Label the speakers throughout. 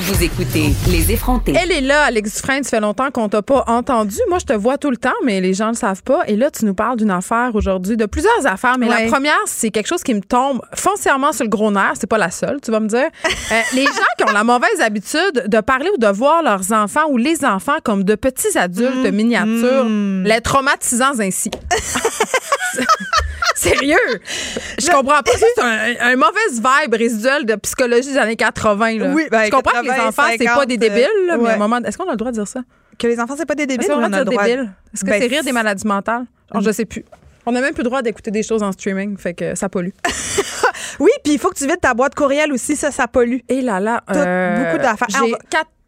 Speaker 1: Vous écoutez Les effrontés.
Speaker 2: Elle est là, Alex Dufresne. Ça fait longtemps qu'on t'a pas entendu. Moi, je te vois tout le temps, mais les gens ne le savent pas. Et là, tu nous parles d'une affaire aujourd'hui, de plusieurs affaires. Mais
Speaker 3: Ouais.
Speaker 2: la première, c'est quelque chose qui me tombe foncièrement sur le gros nerf. C'est pas la seule, tu vas me dire. Euh, les gens qui ont la mauvaise habitude de parler ou de voir leurs enfants ou les enfants comme de petits adultes
Speaker 3: Mm-hmm.
Speaker 2: miniatures, les traumatisants ainsi. Ah, Sérieux? Je comprends pas. Ça, C'est un, un mauvaise vibe résiduel de psychologie des années 80. Là.
Speaker 3: Oui, ben,
Speaker 2: je comprends que les
Speaker 3: 80,
Speaker 2: enfants, c'est pas des
Speaker 3: 50,
Speaker 2: débiles, là, mais à un
Speaker 3: ouais.
Speaker 2: moment. Est-ce qu'on a le droit de dire ça?
Speaker 3: Que les enfants, c'est pas des débiles.
Speaker 2: Est-ce qu'on a
Speaker 3: on
Speaker 2: le droit Mm.
Speaker 3: a
Speaker 2: de
Speaker 3: le
Speaker 2: dire
Speaker 3: droit-
Speaker 2: débile? Est-ce que
Speaker 3: Ben,
Speaker 2: c'est rire des maladies mentales? Genre, Je sais plus. On n'a même plus le droit d'écouter des choses en streaming, fait que ça pollue.
Speaker 3: Oui, puis il faut que tu vides ta boîte courriel aussi, ça, ça pollue.
Speaker 2: Et Eh là là, euh,
Speaker 3: Tout- beaucoup d'affaires. Ah, on
Speaker 2: J'ai
Speaker 3: va-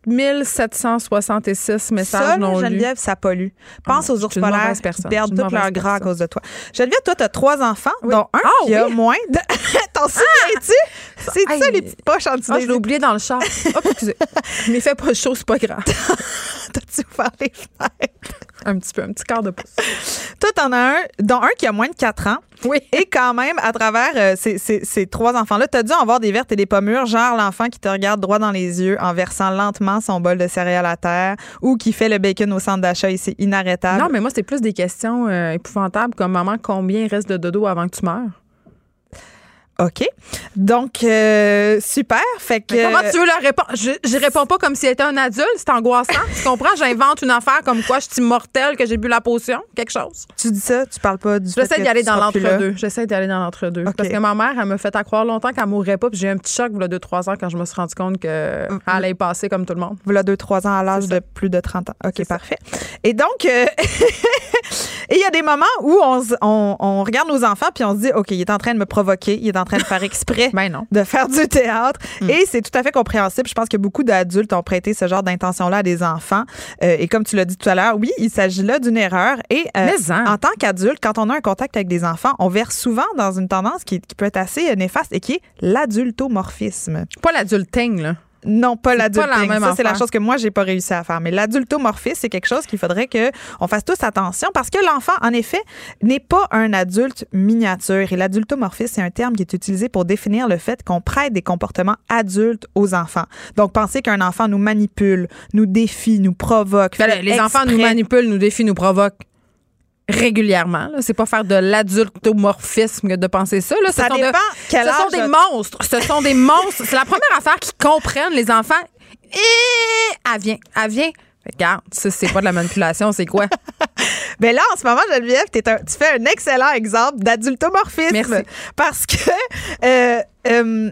Speaker 2: 4766 messages
Speaker 3: ça, là,
Speaker 2: non lus.
Speaker 3: Geneviève, ça pollue. Pense aux ours
Speaker 2: je suis une
Speaker 3: polaires
Speaker 2: mauvaise
Speaker 3: qui
Speaker 2: personne.
Speaker 3: perdent
Speaker 2: Je suis
Speaker 3: tout
Speaker 2: une
Speaker 3: leur
Speaker 2: mauvaise
Speaker 3: gras à
Speaker 2: personne.
Speaker 3: cause de toi. Geneviève, toi, t'as trois enfants,
Speaker 2: Oui.
Speaker 3: dont un
Speaker 2: Ah,
Speaker 3: qui a
Speaker 2: oui. Ah!
Speaker 3: moins de... T'en souviens-tu? C'est ça,
Speaker 2: Hey.
Speaker 3: les petites poches en dessous
Speaker 2: Ah,
Speaker 3: des
Speaker 2: je l'ai oublié dans le char. Oh, excusez. Mais fais pas chaud, c'est pas grave.
Speaker 3: T'as-tu ouvert les fenêtres?
Speaker 2: Un petit peu, un petit quart de pouce.
Speaker 3: Toi, t'en as un, dont un qui a moins de 4 ans.
Speaker 2: Oui.
Speaker 3: Et quand même, à travers euh, ces, ces- ces trois enfants-là, t'as dû en voir des vertes et des pas mûres, genre l'enfant qui te regarde droit dans les yeux en versant lentement son bol de céréales à terre ou qui fait le bacon au centre d'achat et c'est inarrêtable.
Speaker 2: Non, mais moi, c'est plus des questions euh, épouvantables comme maman, combien il reste de dodo avant que tu meurs?
Speaker 3: OK. Donc, euh, super. Fait que.
Speaker 2: Mais Comment tu veux leur répondre? Je, je réponds pas comme si était un adulte, c'est angoissant. tu comprends? J'invente une affaire comme quoi je suis immortelle, que j'ai bu la potion, quelque chose.
Speaker 3: tu dis ça, tu parles pas du. fait
Speaker 2: J'essaie
Speaker 3: que
Speaker 2: d'y aller
Speaker 3: tu
Speaker 2: dans
Speaker 3: seras plus là.
Speaker 2: l'entre-deux. J'essaie d'y aller dans l'entre-deux.
Speaker 3: OK.
Speaker 2: Parce que ma mère, elle me fait à croire longtemps qu'elle mourrait pas, puis j'ai eu un petit choc, voilà, deux, trois ans, quand je me suis rendu compte qu'elle
Speaker 3: Mm,
Speaker 2: allait passer comme tout le monde.
Speaker 3: Voilà deux, trois ans à l'âge de plus de 30 ans. OK, parfait. Et donc, euh, et il y a des moments où on, se- on- on regarde nos enfants puis on se dit, OK, il est en train de me provoquer, il est en train de faire exprès.
Speaker 2: Ben non.
Speaker 3: de faire du théâtre. Et c'est tout à fait compréhensible. Je pense que beaucoup d'adultes ont prêté ce genre d'intention-là à des enfants. Euh, et comme tu l'as dit tout à l'heure, oui, il s'agit là d'une erreur. Et euh,
Speaker 2: Mais en.
Speaker 3: en tant qu'adulte, quand on a un contact avec des enfants, on verse souvent dans une tendance qui, qui peut être assez euh, néfaste et qui est l'adultomorphisme.
Speaker 2: Pas l'adulting, là.
Speaker 3: Non, pas
Speaker 2: pas la
Speaker 3: l'adulting.
Speaker 2: même
Speaker 3: Ça, c'est la
Speaker 2: affaire.
Speaker 3: chose que moi, j'ai pas réussi à faire. Mais l'adultomorphisme, c'est quelque chose qu'il faudrait que on fasse tous attention parce que l'enfant, en effet, n'est pas un adulte miniature. Et l'adultomorphisme, c'est un terme qui est utilisé pour définir le fait qu'on prête des comportements adultes aux enfants. Donc, penser qu'un enfant nous manipule, nous défie, nous provoque.
Speaker 2: Ben,
Speaker 3: fait
Speaker 2: les enfants nous
Speaker 3: exprès.
Speaker 2: manipulent, nous défient, nous provoquent régulièrement. là. C'est pas faire de l'adultomorphisme que de penser ça. là. Ce
Speaker 3: Ça
Speaker 2: sont de-
Speaker 3: dépend quel
Speaker 2: Ce sont
Speaker 3: âge-
Speaker 2: des monstres. Ce sont des monstres. C'est la première affaire qu'ils comprennent, les enfants. Et elle vient. Elle vient. Regarde, ça, c'est pas de la manipulation, c'est quoi?
Speaker 3: Mais Ben là, en ce moment, Geneviève, t'es un- tu fais un excellent exemple d'adultomorphisme.
Speaker 2: Merci.
Speaker 3: Parce que euh, euh,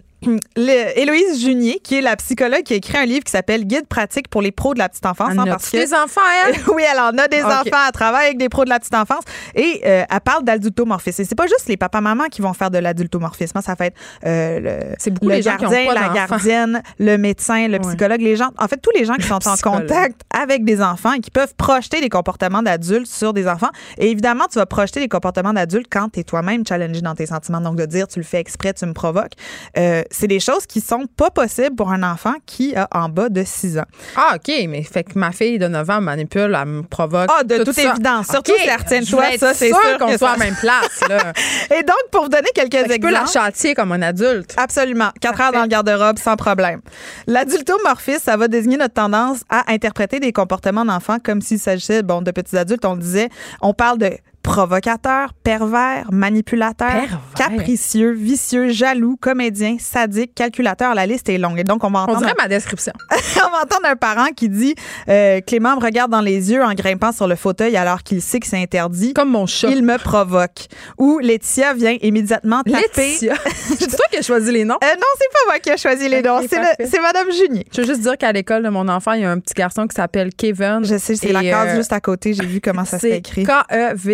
Speaker 3: le- Héloïse Junier, qui est la psychologue qui a écrit un livre qui s'appelle Guide pratique pour les pros de la petite enfance.
Speaker 2: Elle
Speaker 3: hein,
Speaker 2: a
Speaker 3: parce que-
Speaker 2: des enfants, elle?
Speaker 3: oui, elle en a des
Speaker 2: Ok.
Speaker 3: enfants. Elle travaille avec des pros de la petite enfance. Et euh, elle parle d'adultomorphisme. Et c'est pas juste les papas-mamans qui vont faire de l'adultomorphisme. hein, Ça fait être euh, le,
Speaker 2: C'est beaucoup
Speaker 3: le
Speaker 2: les gens qui ont
Speaker 3: gardien,
Speaker 2: pas
Speaker 3: la
Speaker 2: d'enfants.
Speaker 3: gardienne, le médecin, le psychologue, les gens. En fait, tous les gens qui sont en
Speaker 2: psychologue.
Speaker 3: contact avec des enfants et qui peuvent projeter des comportements d'adultes sur des enfants. Et évidemment, tu vas projeter des comportements d'adultes quand tu es toi-même challengé dans tes sentiments. Donc, de dire tu le fais exprès, tu me provoques. Euh, c'est des choses qui sont pas possibles pour un enfant qui a en bas de 6 ans.
Speaker 2: Ah, OK, mais fait que ma fille de 9 ans manipule, elle me provoque.
Speaker 3: Ah, de
Speaker 2: tout
Speaker 3: toute
Speaker 2: ça.
Speaker 3: évidence. Surtout
Speaker 2: OK,
Speaker 3: si elle retient de
Speaker 2: je
Speaker 3: toi,
Speaker 2: veux être
Speaker 3: ça, c'est
Speaker 2: sûre
Speaker 3: sûr
Speaker 2: qu'on
Speaker 3: que
Speaker 2: soit
Speaker 3: ça-
Speaker 2: à la même place, là.
Speaker 3: Et donc, pour vous donner quelques
Speaker 2: Fait que
Speaker 3: exemples.
Speaker 2: je peux la châtier comme un adulte.
Speaker 3: Absolument. Quatre heures dans le garde-robe, sans problème. L'adultomorphisme, ça va désigner notre tendance à interpréter des comportements d'enfants comme s'il s'agissait, bon, de petits adultes. On le disait, on parle de provocateur, pervers, manipulateur,
Speaker 2: Pervers.
Speaker 3: capricieux, vicieux, jaloux, comédien, sadique, calculateur. La liste est longue. Et donc, on va
Speaker 2: On
Speaker 3: entendre,
Speaker 2: dirait ma description.
Speaker 3: on va entendre un parent qui dit euh, Clément me regarde dans les yeux en grimpant sur le fauteuil alors qu'il sait que c'est interdit.
Speaker 2: Comme mon chat.
Speaker 3: Il me provoque. Ou Laetitia vient immédiatement taper.
Speaker 2: Laetitia. c'est toi qui as choisi les noms.
Speaker 3: Euh, non, c'est pas moi qui ai choisi les
Speaker 2: Ok,
Speaker 3: noms. C'est
Speaker 2: parfait.
Speaker 3: le- c'est Madame Junier.
Speaker 2: Je veux juste dire qu'à l'école de mon enfant, il y a un petit garçon qui s'appelle Kevin.
Speaker 3: Je sais, c'est
Speaker 2: Et,
Speaker 3: la case
Speaker 2: euh,
Speaker 3: juste à côté. J'ai vu comment ça s'est
Speaker 2: C'est E
Speaker 3: écrit.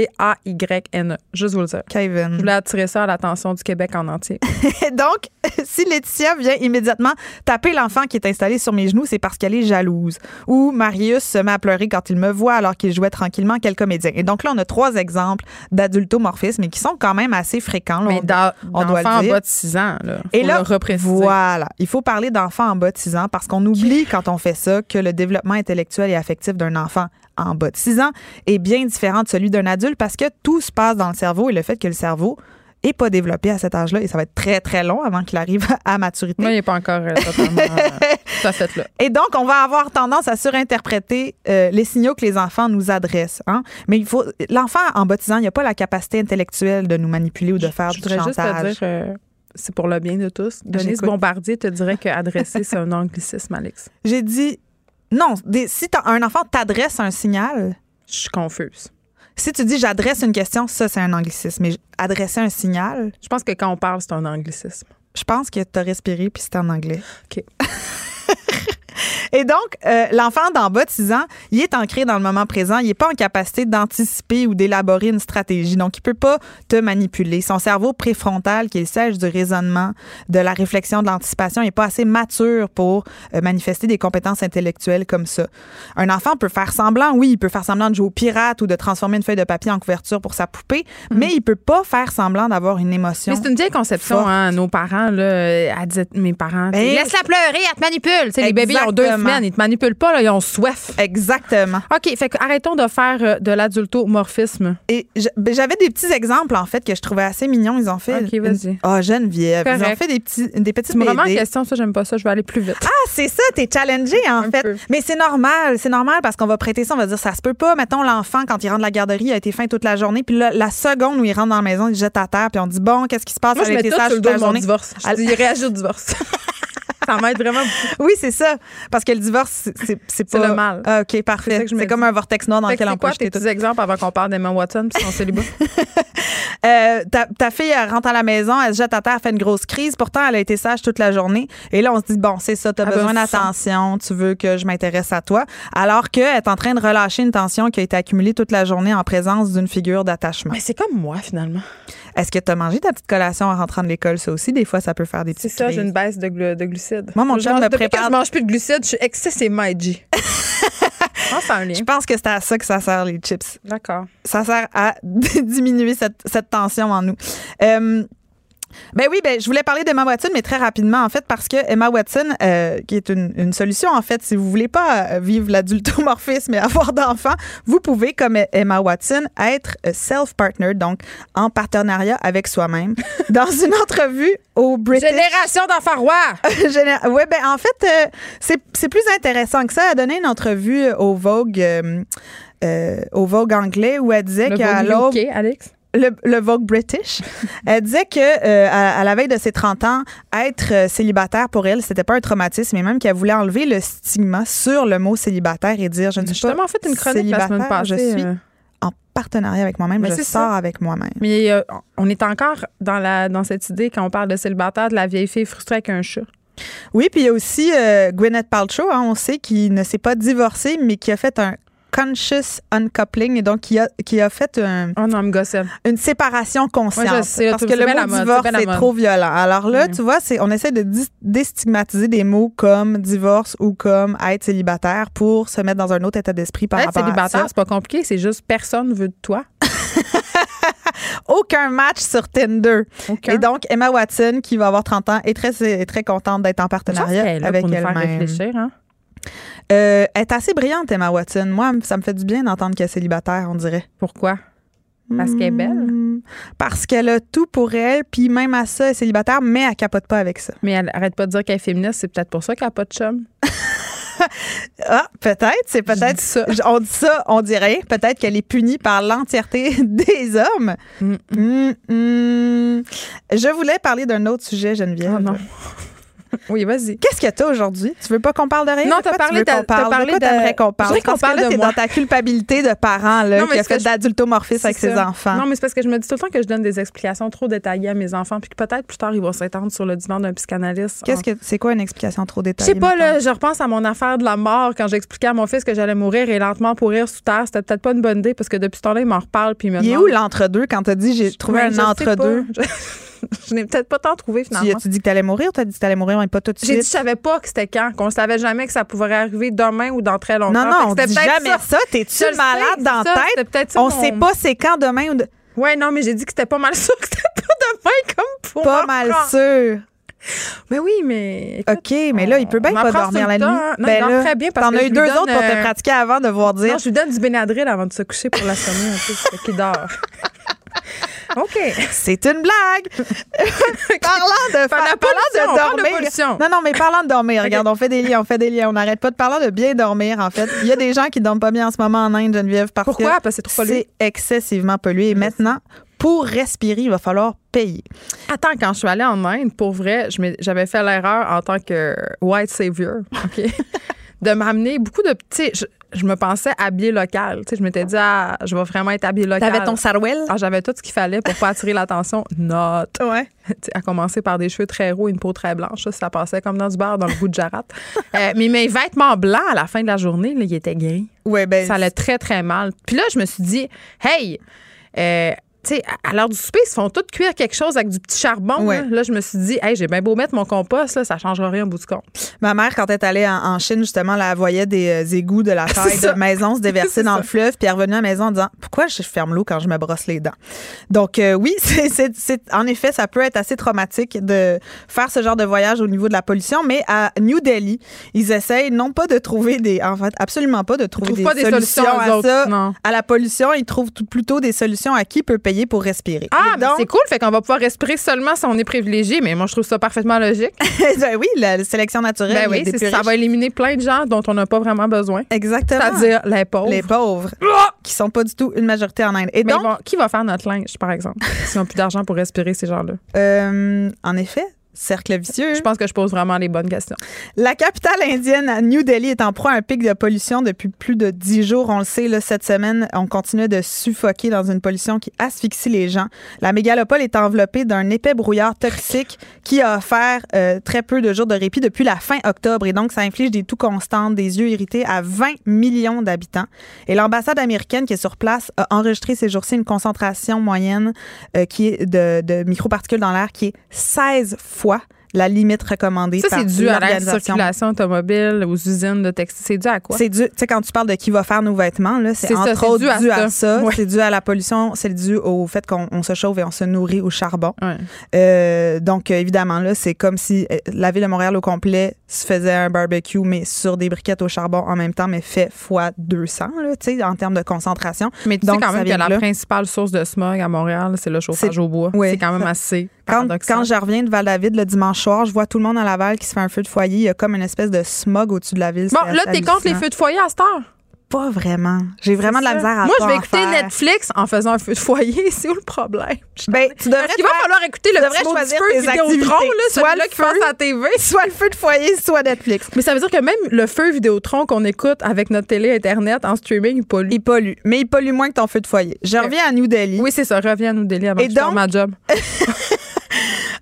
Speaker 2: K-E-V-A-Y-N-E. E. Juste vous le dire. Je
Speaker 3: Kevin.
Speaker 2: voulais attirer ça à l'attention du Québec en entier.
Speaker 3: Et donc, si Laetitia vient immédiatement taper l'enfant qui est installé sur mes genoux, c'est parce qu'elle est jalouse. Ou Marius se met à pleurer quand il me voit alors qu'il jouait tranquillement quel comédien. Et donc là, on a trois exemples d'adultomorphisme et qui sont quand même assez fréquents. là.
Speaker 2: Mais
Speaker 3: On-
Speaker 2: d'en-
Speaker 3: on doit le
Speaker 2: d'enfants en
Speaker 3: dire.
Speaker 2: bas de 6 ans, là.
Speaker 3: Et
Speaker 2: Faut
Speaker 3: là,
Speaker 2: le repréciser.
Speaker 3: Voilà. Il faut parler d'enfants en bas de 6 ans parce qu'on oublie quand on fait ça que le développement intellectuel et affectif d'un enfant en bas de 6 ans est bien différent de celui d'un adulte parce que tout se passe dans le cerveau et le fait que le cerveau est pas développé à cet âge-là et ça va être très, très long avant qu'il arrive à maturité.
Speaker 2: Moi, il n'est pas encore euh, totalement euh, tout à fait là.
Speaker 3: Et donc, on va avoir tendance à surinterpréter euh, les signaux que les enfants nous adressent. Hein? Mais il faut, l'enfant en baptisant, il n'a pas la capacité intellectuelle de nous manipuler ou de faire
Speaker 2: Je
Speaker 3: du
Speaker 2: voudrais juste te
Speaker 3: chantage.
Speaker 2: dire, euh, c'est pour le bien de tous. Denise
Speaker 3: J'écoute.
Speaker 2: Bombardier te dirait que adresser, c'est un anglicisme, Alex.
Speaker 3: J'ai dit non. des- si t'as- un enfant t'adresse un signal,
Speaker 2: Je suis confuse.
Speaker 3: si tu dis j'adresse une question, ça c'est un anglicisme. Mais j- adresser un signal,
Speaker 2: Je pense que quand on parle, c'est un anglicisme.
Speaker 3: je pense que t'as respiré puis c'était en anglais.
Speaker 2: OK.
Speaker 3: Et donc, euh, l'enfant d'en bas de 6 ans, il est ancré dans le moment présent. Il n'est pas en capacité d'anticiper ou d'élaborer une stratégie. Donc, il peut pas te manipuler. Son cerveau préfrontal, qui est le siège du raisonnement, de la réflexion, de l'anticipation, n'est pas assez mature pour euh, manifester des compétences intellectuelles comme ça. Un enfant peut faire semblant, oui, il peut faire semblant de jouer au pirate ou de transformer une feuille de papier en couverture pour sa poupée, mais il peut pas faire semblant d'avoir une émotion.
Speaker 2: Hmm. Mais c'est une vieille conception,
Speaker 3: Forte.
Speaker 2: hein. Nos parents, là, euh, elle disait, mes parents,
Speaker 3: Ben,
Speaker 2: laisse-la pleurer, elle te manipule. Tu sais, les bébés, ils ont deux
Speaker 3: Exactement.
Speaker 2: semaines, ils te manipulent pas, là, ils ont soif.
Speaker 3: Exactement.
Speaker 2: OK, fait que arrêtons de faire euh, de l'adultomorphisme.
Speaker 3: Et je- ben, j'avais des petits exemples, en fait, que je trouvais assez mignons. Ils ont fait.
Speaker 2: Ok, vas-y.
Speaker 3: une- Ah, Geneviève. Ils ont
Speaker 2: Correct.
Speaker 3: fait des, petits, des petites
Speaker 2: C'est vraiment en
Speaker 3: BD.
Speaker 2: question, ça, j'aime pas ça, je vais aller plus vite.
Speaker 3: Ah, c'est ça, t'es challengé, en
Speaker 2: Un
Speaker 3: fait.
Speaker 2: peu.
Speaker 3: Mais c'est normal, c'est normal parce qu'on va prêter ça, on va dire ça se peut pas. Mettons, l'enfant, quand il rentre de la garderie, il a été faim toute la journée. Puis là, la seconde où il rentre dans la maison, il se jette à terre, puis on dit Bon, qu'est-ce qui se passe
Speaker 2: Moi, je
Speaker 3: avec
Speaker 2: mets
Speaker 3: tes
Speaker 2: tout
Speaker 3: sages
Speaker 2: sur le
Speaker 3: toute
Speaker 2: dos
Speaker 3: la
Speaker 2: de mon
Speaker 3: journée?
Speaker 2: divorce. Je
Speaker 3: Elle-
Speaker 2: dis, réagis au divorce. ça m'aide vraiment beaucoup.
Speaker 3: Oui, c'est ça. Parce que le divorce, c'est- c'est c'est
Speaker 2: C'est
Speaker 3: pas.
Speaker 2: le mal.
Speaker 3: Ah, OK,
Speaker 2: C'est ça
Speaker 3: parfait.
Speaker 2: que je me
Speaker 3: C'est comme
Speaker 2: dis.
Speaker 3: un vortex noir dans
Speaker 2: Fait que
Speaker 3: lequel on
Speaker 2: c'est
Speaker 3: peut
Speaker 2: quoi tes
Speaker 3: jeter tout.
Speaker 2: petits exemples avant qu'on parle d'Emma Watson puis son célibat?
Speaker 3: Euh, ta, ta fille elle rentre à la maison, elle se jette à terre, elle fait une grosse crise. Pourtant, elle a été sage toute la journée. Et là, on se dit bon, c'est ça, t'as
Speaker 2: Elle a
Speaker 3: besoin
Speaker 2: un sang.
Speaker 3: d'attention, tu veux que je m'intéresse à toi, alors qu'elle est en train de relâcher une tension qui a été accumulée toute la journée en présence d'une figure d'attachement.
Speaker 2: Mais c'est comme moi, finalement.
Speaker 3: Est-ce que t'as mangé ta petite collation en rentrant de l'école Ça aussi, des fois, ça peut faire des
Speaker 2: C'est
Speaker 3: petites
Speaker 2: ça, j'ai
Speaker 3: crises.
Speaker 2: une baisse de, glu- de glucides.
Speaker 3: Moi, mon
Speaker 2: je
Speaker 3: chum
Speaker 2: mange,
Speaker 3: me
Speaker 2: depuis que
Speaker 3: prépare-
Speaker 2: je mange plus de glucides, je suis excessivement edgy. Je pense que ça a un lien.
Speaker 3: Je pense que c'est à ça que ça sert les chips.
Speaker 2: D'accord.
Speaker 3: ça sert à diminuer cette, cette tension en nous. Euh, ben oui, ben, je voulais parler d'Emma Watson, mais très rapidement, en fait, parce que Emma Watson, euh, qui est une, une solution, en fait, si vous voulez pas euh, vivre l'adultomorphisme et avoir d'enfants, vous pouvez, comme Emma Watson, être euh, self-partnered, donc en partenariat avec soi-même. Dans une entrevue au British...
Speaker 2: Génération d'enfants rois!
Speaker 3: Géné- ouais, ben en fait, euh, c'est c'est plus intéressant que ça. Elle a donné une entrevue euh, au Vogue, euh, euh, au Vogue anglais, où elle disait
Speaker 2: Le
Speaker 3: qu'à
Speaker 2: Vogue
Speaker 3: euh, l'aube,
Speaker 2: UK, Alex.
Speaker 3: le, le Vogue British, elle disait que euh, à, à la veille de ses 30 ans, être euh, célibataire pour elle, c'était pas un traumatisme, mais même qu'elle voulait enlever le stigma sur le mot célibataire et dire je ne
Speaker 2: J'ai
Speaker 3: suis pas
Speaker 2: justement fait une chronique la semaine
Speaker 3: célibataire,
Speaker 2: passée.
Speaker 3: je suis
Speaker 2: euh,
Speaker 3: en partenariat avec moi-même,
Speaker 2: Mais
Speaker 3: je
Speaker 2: c'est
Speaker 3: sors
Speaker 2: ça.
Speaker 3: avec moi-même.
Speaker 2: Mais euh, on est encore dans, la, dans cette idée, quand on parle de célibataire, de la vieille fille frustrée avec un chat.
Speaker 3: Oui, puis il y a aussi euh, Gwyneth Paltrow, hein, on sait qu'il ne s'est pas divorcé, mais qui a fait un conscious uncoupling et donc qui a, qui a fait un-
Speaker 2: Oh non, elle me gosselle.
Speaker 3: une séparation consciente.
Speaker 2: Ouais, je sais,
Speaker 3: parce
Speaker 2: c'est
Speaker 3: que le
Speaker 2: bien la
Speaker 3: mot
Speaker 2: mode,
Speaker 3: divorce
Speaker 2: c'est bien la
Speaker 3: c'est
Speaker 2: mode.
Speaker 3: trop violent. Alors là,
Speaker 2: Mm.
Speaker 3: tu vois, c'est on essaie de dis- déstigmatiser des mots comme divorce ou comme être célibataire pour se mettre dans un autre état d'esprit par
Speaker 2: Être
Speaker 3: rapport à
Speaker 2: célibataire,
Speaker 3: ça.
Speaker 2: c'est pas compliqué, c'est juste personne veut de toi.
Speaker 3: Aucun match sur Tinder.
Speaker 2: Aucun.
Speaker 3: Et donc Emma Watson qui va avoir 30 ans est très est très contente d'être en
Speaker 2: Je pense
Speaker 3: partenariat
Speaker 2: qu'elle est là
Speaker 3: avec
Speaker 2: pour nous faire
Speaker 3: elle-même.
Speaker 2: réfléchir. Hein?
Speaker 3: Euh, elle est assez brillante Emma Watson. Moi, ça me fait du bien d'entendre qu'elle est célibataire, on dirait.
Speaker 2: Pourquoi? Parce qu'elle est belle.
Speaker 3: Hmm. Parce qu'elle a tout pour elle, puis même à ça, elle est célibataire, mais elle capote pas avec ça.
Speaker 2: Mais elle arrête pas de dire qu'elle est féministe, c'est peut-être pour ça qu'elle a pas de chum.
Speaker 3: Ah, peut-être, c'est
Speaker 2: Je
Speaker 3: peut-être
Speaker 2: dis ça.
Speaker 3: Je- On dit ça, on dirait. Peut-être qu'elle est punie par l'entièreté des hommes.
Speaker 2: Mm,
Speaker 3: Mm, mm. Je voulais parler d'un autre sujet, Geneviève.
Speaker 2: Oh non. Oui, vas-y.
Speaker 3: Qu'est-ce que t'as aujourd'hui? Tu veux pas qu'on parle de rien?
Speaker 2: Non,
Speaker 3: De
Speaker 2: t'as
Speaker 3: quoi tu
Speaker 2: parlé
Speaker 3: veux
Speaker 2: d'a-
Speaker 3: qu'on parle?
Speaker 2: t'as parlé
Speaker 3: de quoi
Speaker 2: de-
Speaker 3: t'aimerais qu'on
Speaker 2: Je
Speaker 3: parle?
Speaker 2: voudrais qu'on
Speaker 3: Parce que
Speaker 2: parle
Speaker 3: là,
Speaker 2: de
Speaker 3: t'es
Speaker 2: moi.
Speaker 3: dans ta culpabilité de parents là,
Speaker 2: Non, mais
Speaker 3: qui a
Speaker 2: ce que
Speaker 3: fait
Speaker 2: je-
Speaker 3: d'adultomorphisme avec
Speaker 2: C'est
Speaker 3: ses
Speaker 2: ça.
Speaker 3: enfants.
Speaker 2: Non, mais c'est parce que je me dis tout le temps que je donne des explications trop détaillées à mes enfants, puis que peut-être plus tard, ils vont s'étendre sur le divan d'un psychanalyste.
Speaker 3: Qu'est-ce que c'est quoi une explication trop
Speaker 2: Je
Speaker 3: détaillée?
Speaker 2: sais pas,
Speaker 3: mettons?
Speaker 2: là, je repense à mon affaire de la mort quand j'expliquais à mon fils que j'allais mourir et lentement pourrir sous terre. C'était peut-être pas une bonne idée parce que depuis ce temps-là, il m'en reparle. Puis me
Speaker 3: Il est
Speaker 2: demande-
Speaker 3: où l'entre-deux quand t'as dit j'ai trouvé
Speaker 2: Ouais, je
Speaker 3: un
Speaker 2: sais
Speaker 3: entre-deux?
Speaker 2: pas. Je n'ai peut-être pas tant trouvé
Speaker 3: Tu
Speaker 2: finalement.
Speaker 3: as-tu dit que t'allais mourir ou t'as dit que t'allais mourir mais pas tout de
Speaker 2: J'ai dit, je
Speaker 3: suite?
Speaker 2: savais pas que c'était quand, qu'on savait jamais que ça pourrait arriver demain ou dans très longtemps.
Speaker 3: Non, non, on
Speaker 2: Fait que
Speaker 3: dit
Speaker 2: c'était peut-être
Speaker 3: jamais ça. T'es-tu
Speaker 2: Je le sais,
Speaker 3: malade
Speaker 2: c'est ça,
Speaker 3: dans la tête?
Speaker 2: c'était peut-être ça,
Speaker 3: On
Speaker 2: mon-
Speaker 3: sait pas c'est quand demain ou de-
Speaker 2: Ouais, non, mais j'ai dit que c'était pas mal sûr que c'était pas demain comme pour.
Speaker 3: pas
Speaker 2: moi.
Speaker 3: mal sûr.
Speaker 2: Mais oui, mais. écoute,
Speaker 3: OK, mais là, il peut bien
Speaker 2: on
Speaker 3: pas
Speaker 2: apprend
Speaker 3: dormir
Speaker 2: sur
Speaker 3: la
Speaker 2: le
Speaker 3: nuit. Ben
Speaker 2: tas, hein. Non, il dort
Speaker 3: là,
Speaker 2: très bien parce
Speaker 3: t'en
Speaker 2: que
Speaker 3: as
Speaker 2: je
Speaker 3: eu
Speaker 2: lui
Speaker 3: deux
Speaker 2: donne,
Speaker 3: autres pour te
Speaker 2: euh,
Speaker 3: pratiquer avant de voir dire.
Speaker 2: Non, je lui donne du Benadryl avant de se coucher pour l'assommer un peu, c'est qu'il dort. OK.
Speaker 3: C'est une blague. parlant de,
Speaker 2: Parle de
Speaker 3: fa- parlant
Speaker 2: pollution, parle
Speaker 3: de
Speaker 2: de
Speaker 3: dormir.
Speaker 2: pollution.
Speaker 3: non, non, mais parlant de dormir. Regarde, on fait des liens, on fait des liens, on n'arrête pas de parler de bien dormir, en fait. Il y a des gens qui dorment pas bien en ce moment en Inde, Geneviève, parce
Speaker 2: Pourquoi?
Speaker 3: que
Speaker 2: Parce que c'est trop pollué.
Speaker 3: C'est excessivement pollué. Et maintenant, pour respirer, il va falloir payer.
Speaker 2: Attends, quand je suis allée en Inde, pour vrai, je m'ai- j'avais fait l'erreur en tant que white savior, OK, de m'amener beaucoup de petits... Je, je me pensais habillée locale. Tu sais, je m'étais dit, ah, je vais vraiment être habillée locale.
Speaker 3: sarouel?
Speaker 2: Ah, j'avais tout ce qu'il fallait pour pas attirer l'attention. Not.
Speaker 3: Ouais.
Speaker 2: Tu sais, à commencer par des cheveux très roux et une peau très blanche. Ça, ça passait comme dans du bar, dans le goût de Jarat. Euh, mais mes vêtements blancs, à la fin de la journée, là, ils étaient gris.
Speaker 3: Ouais, ben,
Speaker 2: Ça allait très, très mal. Puis là, je me suis dit, hey, euh, tu sais, à à l'heure du souper, ils se font tous cuire quelque chose avec du petit charbon.
Speaker 3: Ouais.
Speaker 2: Là. Là, je me suis dit, hey, j'ai bien beau mettre mon compost, là, ça changera rien au bout du compte.
Speaker 3: Ma mère, quand elle est allée en, en Chine, justement, là, elle voyait des euh, égouts de la taille
Speaker 2: ça.
Speaker 3: de maison se déverser
Speaker 2: C'est
Speaker 3: dans
Speaker 2: ça.
Speaker 3: le fleuve, puis elle est revenue à la maison en disant Pourquoi je ferme l'eau quand je me brosse les dents Donc, euh, oui, c'est, c'est- c'est- en effet, ça peut être assez traumatique de faire ce genre de voyage au niveau de la pollution, mais à New Delhi, ils essayent non pas de trouver des. En fait, absolument pas de trouver
Speaker 2: trouvent
Speaker 3: des,
Speaker 2: pas des
Speaker 3: solutions,
Speaker 2: solutions aux
Speaker 3: à
Speaker 2: autres,
Speaker 3: ça,
Speaker 2: non.
Speaker 3: à la pollution. Ils trouvent tout- plutôt des solutions à qui peut payer pour respirer.
Speaker 2: Ah,
Speaker 3: Et
Speaker 2: mais
Speaker 3: donc,
Speaker 2: c'est cool, fait qu'on va pouvoir respirer seulement si on est privilégié, mais moi, je trouve ça parfaitement logique.
Speaker 3: Ben oui, la, sélection naturelle,
Speaker 2: ben
Speaker 3: il y a
Speaker 2: oui,
Speaker 3: des
Speaker 2: c'est-
Speaker 3: plus
Speaker 2: ça
Speaker 3: riches.
Speaker 2: va éliminer plein de gens dont on n'a pas vraiment besoin.
Speaker 3: Exactement.
Speaker 2: C'est-à-dire les pauvres.
Speaker 3: les pauvres qui sont pas du tout une majorité en Inde. Et
Speaker 2: Mais
Speaker 3: donc,
Speaker 2: bon, qui va faire notre linge, par exemple, s'ils n'ont plus d'argent pour respirer, ces gens-là?
Speaker 3: euh, en effet, cercle vicieux.
Speaker 2: Je pense que je pose vraiment les bonnes questions.
Speaker 3: La capitale indienne, New Delhi, est en proie à un pic de pollution depuis plus de dix jours. On le sait, là, cette semaine, on continue de suffoquer dans une pollution qui asphyxie les gens. La mégalopole est enveloppée d'un épais brouillard toxique qui a offert euh, très peu de jours de répit depuis la fin octobre. Et donc, ça inflige des toux constantes, des yeux irrités à 20 millions d'habitants. Et l'ambassade américaine qui est sur place a enregistré ces jours-ci une concentration moyenne euh, qui est de, de microparticules dans l'air qui est 16 fois la limite recommandée
Speaker 2: Ça,
Speaker 3: par
Speaker 2: c'est dû à la
Speaker 3: l'organisation
Speaker 2: circulation automobile, aux usines de textiles. C'est dû à quoi?
Speaker 3: c'est dû, tu sais, quand tu parles de qui va faire nos vêtements, là, c'est
Speaker 2: C'est ça,
Speaker 3: entre
Speaker 2: c'est
Speaker 3: autres dû à, ça.
Speaker 2: Ouais.
Speaker 3: C'est dû à la pollution, c'est dû au fait qu'on on se chauffe et on se nourrit au charbon.
Speaker 2: Ouais.
Speaker 3: Euh, donc, euh, évidemment, là, c'est comme si euh, la ville de Montréal au complet se faisait un barbecue, mais sur des briquettes au charbon en même temps, mais fait fois 200, là, tu sais, en termes de concentration.
Speaker 2: Mais tu
Speaker 3: Donc,
Speaker 2: sais quand
Speaker 3: ça
Speaker 2: même que
Speaker 3: vient de
Speaker 2: la
Speaker 3: là.
Speaker 2: principale source de smog à Montréal, c'est le chauffage
Speaker 3: C'est-
Speaker 2: au bois.
Speaker 3: Ouais.
Speaker 2: C'est quand même
Speaker 3: Ça-
Speaker 2: assez
Speaker 3: Quand,
Speaker 2: paradoxal.
Speaker 3: quand je reviens de Val-David le dimanche soir, je vois tout le monde à Laval qui se fait un feu de foyer. Il y a comme une espèce de smog au-dessus de la ville.
Speaker 2: Bon,
Speaker 3: C'est
Speaker 2: là,
Speaker 3: assez
Speaker 2: t'es contre les
Speaker 3: hallucinant.
Speaker 2: feux de foyer à cette heure?
Speaker 3: Pas vraiment. J'ai vraiment de la
Speaker 2: Ça.
Speaker 3: misère à
Speaker 2: Moi,
Speaker 3: pas
Speaker 2: je vais
Speaker 3: en
Speaker 2: écouter
Speaker 3: faire.
Speaker 2: Netflix en faisant un feu de foyer. C'est où le problème?
Speaker 3: Ben, tu devrais
Speaker 2: Parce qu'il va
Speaker 3: faire-
Speaker 2: falloir écouter le
Speaker 3: tu devrais
Speaker 2: petit mot du
Speaker 3: choisir
Speaker 2: feu
Speaker 3: tes
Speaker 2: Vidéotron,
Speaker 3: activités.
Speaker 2: là,
Speaker 3: Soit
Speaker 2: celui-là
Speaker 3: le
Speaker 2: qui
Speaker 3: feu.
Speaker 2: passe à la TV.
Speaker 3: soit le feu de foyer, soit Netflix.
Speaker 2: Mais ça veut dire que même le feu Vidéotron qu'on écoute avec notre télé Internet en streaming, il pollue.
Speaker 3: Il pollue, mais il pollue moins que ton feu de foyer. Je reviens à New Delhi.
Speaker 2: Oui, c'est ça. Reviens à nous délire avant
Speaker 3: Et
Speaker 2: que je
Speaker 3: donc-
Speaker 2: fasse ma job.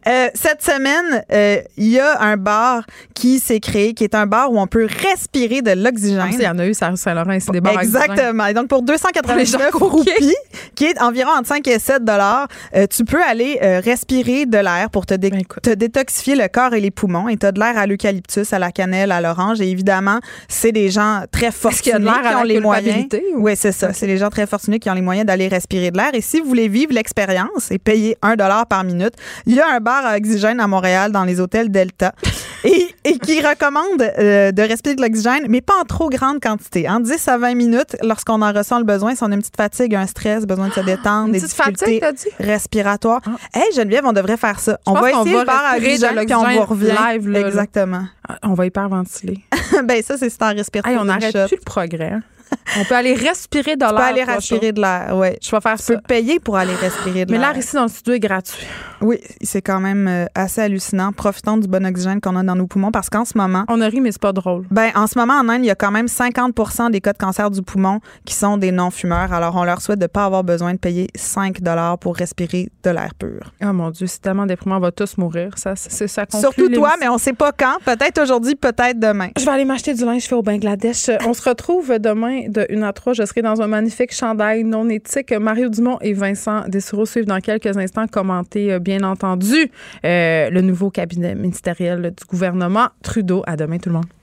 Speaker 3: Euh, cette semaine, euh, il y a un bar qui s'est créé, qui est un bar où on peut respirer de
Speaker 2: Ah, Il y
Speaker 3: l'oxygène.
Speaker 2: en a eu, ça, ça leur a ben, inciné des
Speaker 3: Exactement. Et donc, pour
Speaker 2: Pour les
Speaker 3: 289
Speaker 2: gens croqués.
Speaker 3: roupies, qui est environ entre 5 et 7 dollars, euh, tu peux aller euh, respirer de l'air pour te, dé-
Speaker 2: Ben, écoute.
Speaker 3: te détoxifier le corps et les poumons. Et tu as de l'air à l'eucalyptus, à la cannelle, à l'orange. Et évidemment, c'est des gens très
Speaker 2: qu'il y
Speaker 3: fortunés
Speaker 2: a de l'air à
Speaker 3: qui ont
Speaker 2: la
Speaker 3: les moyens.
Speaker 2: culpabilité ou-
Speaker 3: Oui, c'est ça. C'est les gens très fortunés qui ont les moyens d'aller respirer de l'air. Et si vous voulez vivre l'expérience et payer 1 dollar par minute, il y a un bar à oxygène à Montréal dans les hôtels Delta et, et qui recommande euh, de respirer de l'oxygène, mais pas en trop grande quantité. En 10 à 20 minutes, lorsqu'on en ressent le besoin, si on a une petite fatigue, un stress, besoin de se détendre,
Speaker 2: Ah, Une
Speaker 3: des
Speaker 2: petite fatigue,
Speaker 3: difficultés
Speaker 2: t'as dit?
Speaker 3: respiratoires. Hey Geneviève, on devrait faire ça. On
Speaker 2: pense
Speaker 3: va
Speaker 2: qu'on
Speaker 3: essayer
Speaker 2: va
Speaker 3: le bar à
Speaker 2: respirer de
Speaker 3: oxygène puis on vous
Speaker 2: l'oxygène
Speaker 3: revient.
Speaker 2: live, là, là.
Speaker 3: Exactement.
Speaker 2: Ah, On va hyperventiler.
Speaker 3: ben ça, c'est si t'en respires
Speaker 2: Hey,
Speaker 3: pas
Speaker 2: on
Speaker 3: d'une
Speaker 2: n'arrête
Speaker 3: shot.
Speaker 2: plus le progrès. hein? On peut aller respirer dans l'air.
Speaker 3: Tu peux aller
Speaker 2: toi, chaud.
Speaker 3: respirer de l'air, ouais.
Speaker 2: Je vais faire
Speaker 3: Tu
Speaker 2: ça.
Speaker 3: peux payer pour aller respirer de
Speaker 2: Mais
Speaker 3: l'air.
Speaker 2: l'air ici dans le studio est gratuit.
Speaker 3: Oui, c'est quand même euh, assez hallucinant. Profitons du bon oxygène qu'on a dans nos poumons parce qu'en ce moment,
Speaker 2: On a ri, mais c'est pas drôle.
Speaker 3: Ben, en ce moment, en Inde, il y a quand même 50 des cas de cancer du poumon qui sont des non-fumeurs. Alors, on leur souhaite de ne pas avoir besoin de payer 5 pour respirer de l'air pur.
Speaker 2: Oh mon Dieu, c'est tellement déprimant. On va tous mourir. Ça, c'est c'est- ça conclut
Speaker 3: Surtout toi,
Speaker 2: l'émission.
Speaker 3: mais on ne sait pas quand. Peut-être aujourd'hui, peut-être demain.
Speaker 2: Je vais aller m'acheter du linge fait au Bangladesh. Euh, On se retrouve demain de 1 à 3. Je serai dans un magnifique chandail non éthique. Mario Dumont et Vincent Dessureau suivent dans quelques instants commenter, euh, bien entendu, euh, le nouveau cabinet ministériel du gouvernement Trudeau. À demain, tout le monde.